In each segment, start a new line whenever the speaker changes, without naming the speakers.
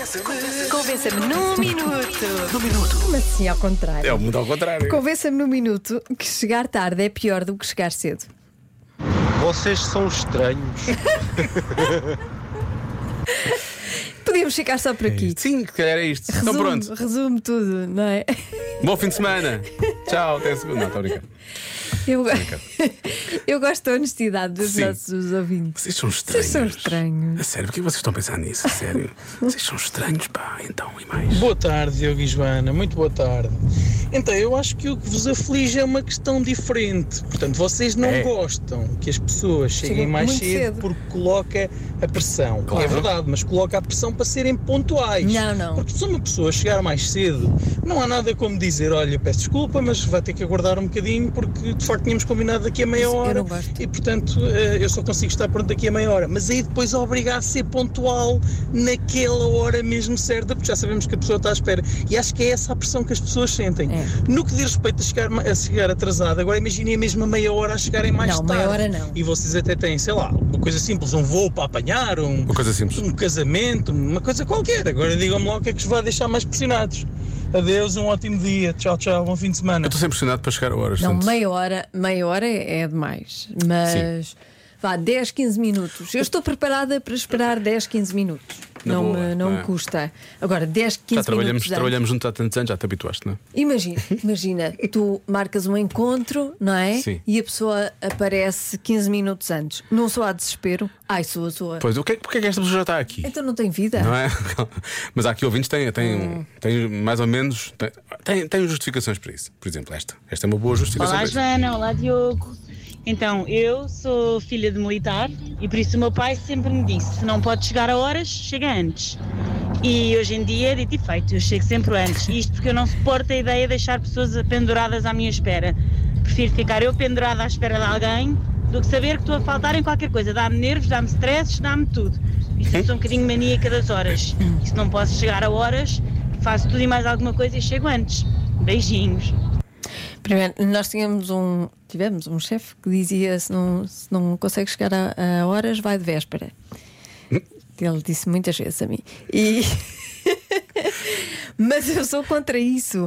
Convença-me Convença-me num minuto.
No minuto.
Como assim, ao contrário?
É o mundo ao contrário.
Convença-me num minuto que chegar tarde é pior do que chegar cedo.
Vocês são estranhos.
Podíamos ficar só por aqui.
Sim, se calhar é isto. Então
Resumo,
pronto.
resume tudo, não é?
Bom fim de semana. Tchau, até a segunda. Não, estou a brincar.
Eu, eu gosto da honestidade dos
Sim.
nossos ouvintes.
Vocês são estranhos.
Vocês são estranhos.
A sério, porquê vocês estão a pensar nisso? A sério. Vocês são estranhos, pá, então e mais.
Boa tarde, Diogo e Joana, muito boa tarde. Então, eu acho que o que vos aflige é uma questão diferente. Portanto, vocês não
É.
gostam que as pessoas cheguem
Chegam
mais
muito
cedo,
cedo.
porque coloca a pressão.
Claro.
É verdade, mas coloca a pressão para serem pontuais.
Não, não.
Porque se uma pessoa chegar mais cedo, não há nada como dizer, olha, peço desculpa, mas vai ter que aguardar um bocadinho, porque de facto tínhamos combinado daqui a meia
Isso eu
hora.
não gosto.
E portanto, eh, eu só consigo estar pronto daqui a meia hora. Mas aí depois obrigar a ser pontual naquela hora mesmo certa, porque já sabemos que a pessoa está à espera. E acho que é essa a pressão que as pessoas sentem.
É.
No que diz respeito a chegar, ma- a chegar atrasado, agora imaginem mesmo a meia hora a chegarem mais
Não,
tarde.
meia hora não.
E vocês até têm, sei lá, uma coisa simples, um voo para apanhar, um,
Uma coisa simples.
um casamento, uma coisa qualquer. Agora digam-me lá o que é que os vai deixar mais pressionados. Adeus, um ótimo dia. Tchau, tchau, bom fim de
Eu
semana.
estou sempre pressionado para chegar a horas.
Não,
portanto,
meia hora, meia hora é demais. Mas vá, 10, 15 minutos. Eu estou preparada para esperar 10, 15 minutos.
Na
não
boa,
me, não
não
me
é?
custa. Agora, 10, 15
Já trabalhamos,
minutos. antes.
trabalhamos juntos há tantos anos, já te habituaste, não é?
Imagina, imagina, tu marcas um encontro, não é?
Sim.
E a pessoa aparece 15 minutos antes. Não sou a desespero. Ai, sou a sua.
Pois, o que, é- porque é que esta pessoa já está aqui?
Então não tem vida.
Não é? Mas há aqui ouvintes que têm, têm, um,
Hum.
têm mais ou menos têm- têm, têm justificações para isso. Por exemplo, esta. Esta é uma boa justificação.
Olá,
para isso.
Joana. Olá, Diogo. Então, eu sou filha de militar e por isso o meu pai sempre me disse: se não pode chegar a horas, chega antes. E hoje em dia, dito e feito, eu chego sempre antes. Isto porque eu não suporto a ideia de deixar pessoas penduradas à minha espera. Prefiro ficar eu pendurada à espera de alguém do que saber que estou a faltar em qualquer coisa. Dá-me nervos, dá-me stresses, dá-me tudo. Por Isso eu sou um bocadinho maníaca das horas. E se não posso chegar a horas, faço tudo e mais alguma coisa e chego antes. Beijinhos.
é?
Primeiro, nós tínhamos um. Tivemos um chefe que dizia: se não, se não consegue chegar a, a horas, vai de véspera. Ele disse muitas vezes a mim. E- Mas eu sou contra isso.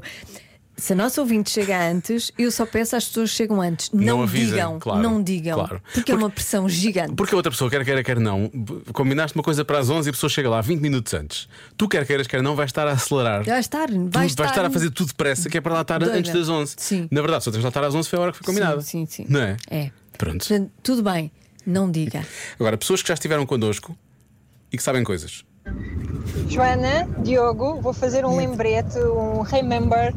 Se a nossa ouvinte chega antes, eu só peço às pessoas que chegam antes. Não,
Não avisem,
digam,
claro,
não digam.
claro.
Porque, é uma pressão gigante.
Porque a outra pessoa, quer queira, quer não, b- combinaste uma coisa para as 11 e a pessoa chega lá 20 minutos antes. Tu, quer queiras, quer não, vais estar a acelerar.
Vai estar, vai
Tudo, vais
É, estar.
estar a fazer tudo depressa, que é para lá estar
Doida.
antes das 11.
Sim.
Na verdade, só tens lá estar às 11 foi a hora que foi combinada.
Sim, sim. sim.
Não é?
É.
Pronto.
Portanto, tudo bem, não diga.
Agora, pessoas que já estiveram connosco e que sabem coisas.
Joana, Diogo, vou fazer um lembrete, um remember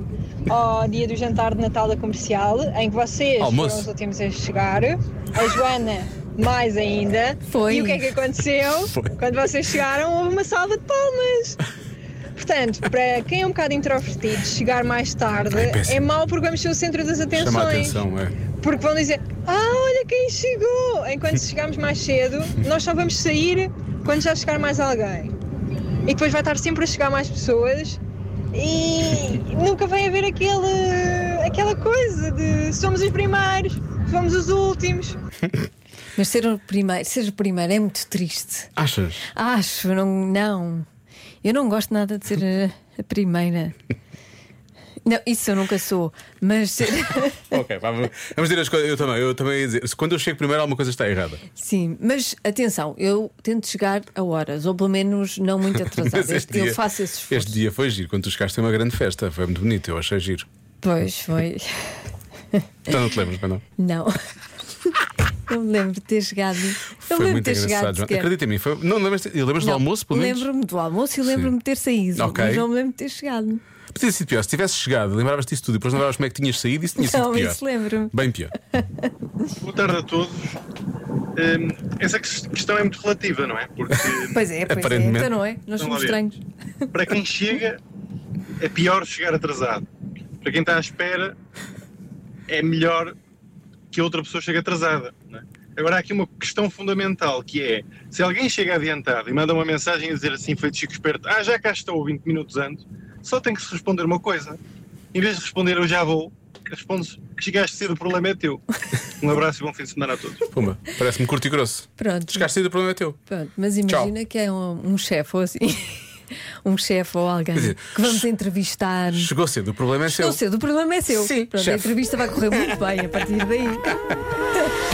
ao dia do jantar de Natal da Comercial, em que vocês
Almoço.
foram os últimos a chegar, a Joana mais ainda.
Foi.
E o que é que aconteceu?
Foi.
Quando vocês chegaram, houve uma salva de palmas. Portanto, para quem é um bocado introvertido, chegar mais tarde
É
é,
péssimo.
mau porque vamos ser o centro das atenções.
Chama a atenção, é.
Porque vão dizer, ah, olha quem chegou! Enquanto chegarmos mais cedo, nós só vamos sair quando já chegar mais alguém. E depois vai estar sempre a chegar mais pessoas e nunca vai haver aquele, aquela coisa de somos os primeiros, somos os últimos.
Mas ser o primeiro, ser o primeiro é muito triste.
Achas?
Acho, não, não. Eu não gosto nada de ser a, a primeira. Não, isso eu nunca sou, mas ser-
Ok, vá, vamos vamos dizer as coisas. Eu também, eu também ia dizer. se Quando eu chego primeiro, alguma coisa está errada.
sim, mas atenção, eu tento chegar a horas, ou pelo menos não muito
Mas
atrasada.
este
eu
dia-
faço esse esforço.
Este dia foi giro. Quando tu chegaste, foi uma grande festa. Foi muito bonito. Eu achei giro.
Pois foi.
Então não te lembras, mas não.
Não. Eu me lembro de ter chegado. Eu
foi
lembro de
muito
ter chegado.
engraçado. Joana.
sequer.
Acredita em mim. Foi... Não, lembras-te lembras do
Não,
almoço, pelo menos?
Lembro-me do almoço e lembro-me de ter saído.
Ok.
Mas não me lembro de ter chegado.
Podia ter sido pior. Se tivesse chegado, lembravas disso tudo e depois lembravas como é que tinhas saído, isso tinha sido
Não,
pior.
isso lembro-me.
Bem pior.
Boa tarde a todos. Hum, essa ques- questão é muito relativa, não é? Porque
Pois é, pois é.
Aparentemente.
Então não é? Nós
Não
somos
havia.
estranhos.
para quem chega é pior chegar atrasado. Para quem está à espera é melhor que outra pessoa chegue atrasada. não é? Agora há aqui uma questão fundamental que é se alguém chega adiantado e manda uma mensagem a dizer assim, feito Chico Esperto, ah, já cá estou 20 minutos antes, só tem que se responder uma coisa. Em vez de responder eu já vou, respondes que chegaste cedo, o problema é teu. Um abraço e bom fim de semana a todos.
Puma, parece-me curto e grosso.
Pronto.
Chegaste cedo, o problema é teu.
Pronto, mas imagina que é um, um chefe ou assim um chefe ou alguém
dizer,
que vamos entrevistar.
Chegou cedo, o problema é
Estou
seu.
cedo, o problema é seu.
Sim,
Pronto, a
chefe.
entrevista vai correr muito bem a partir daí.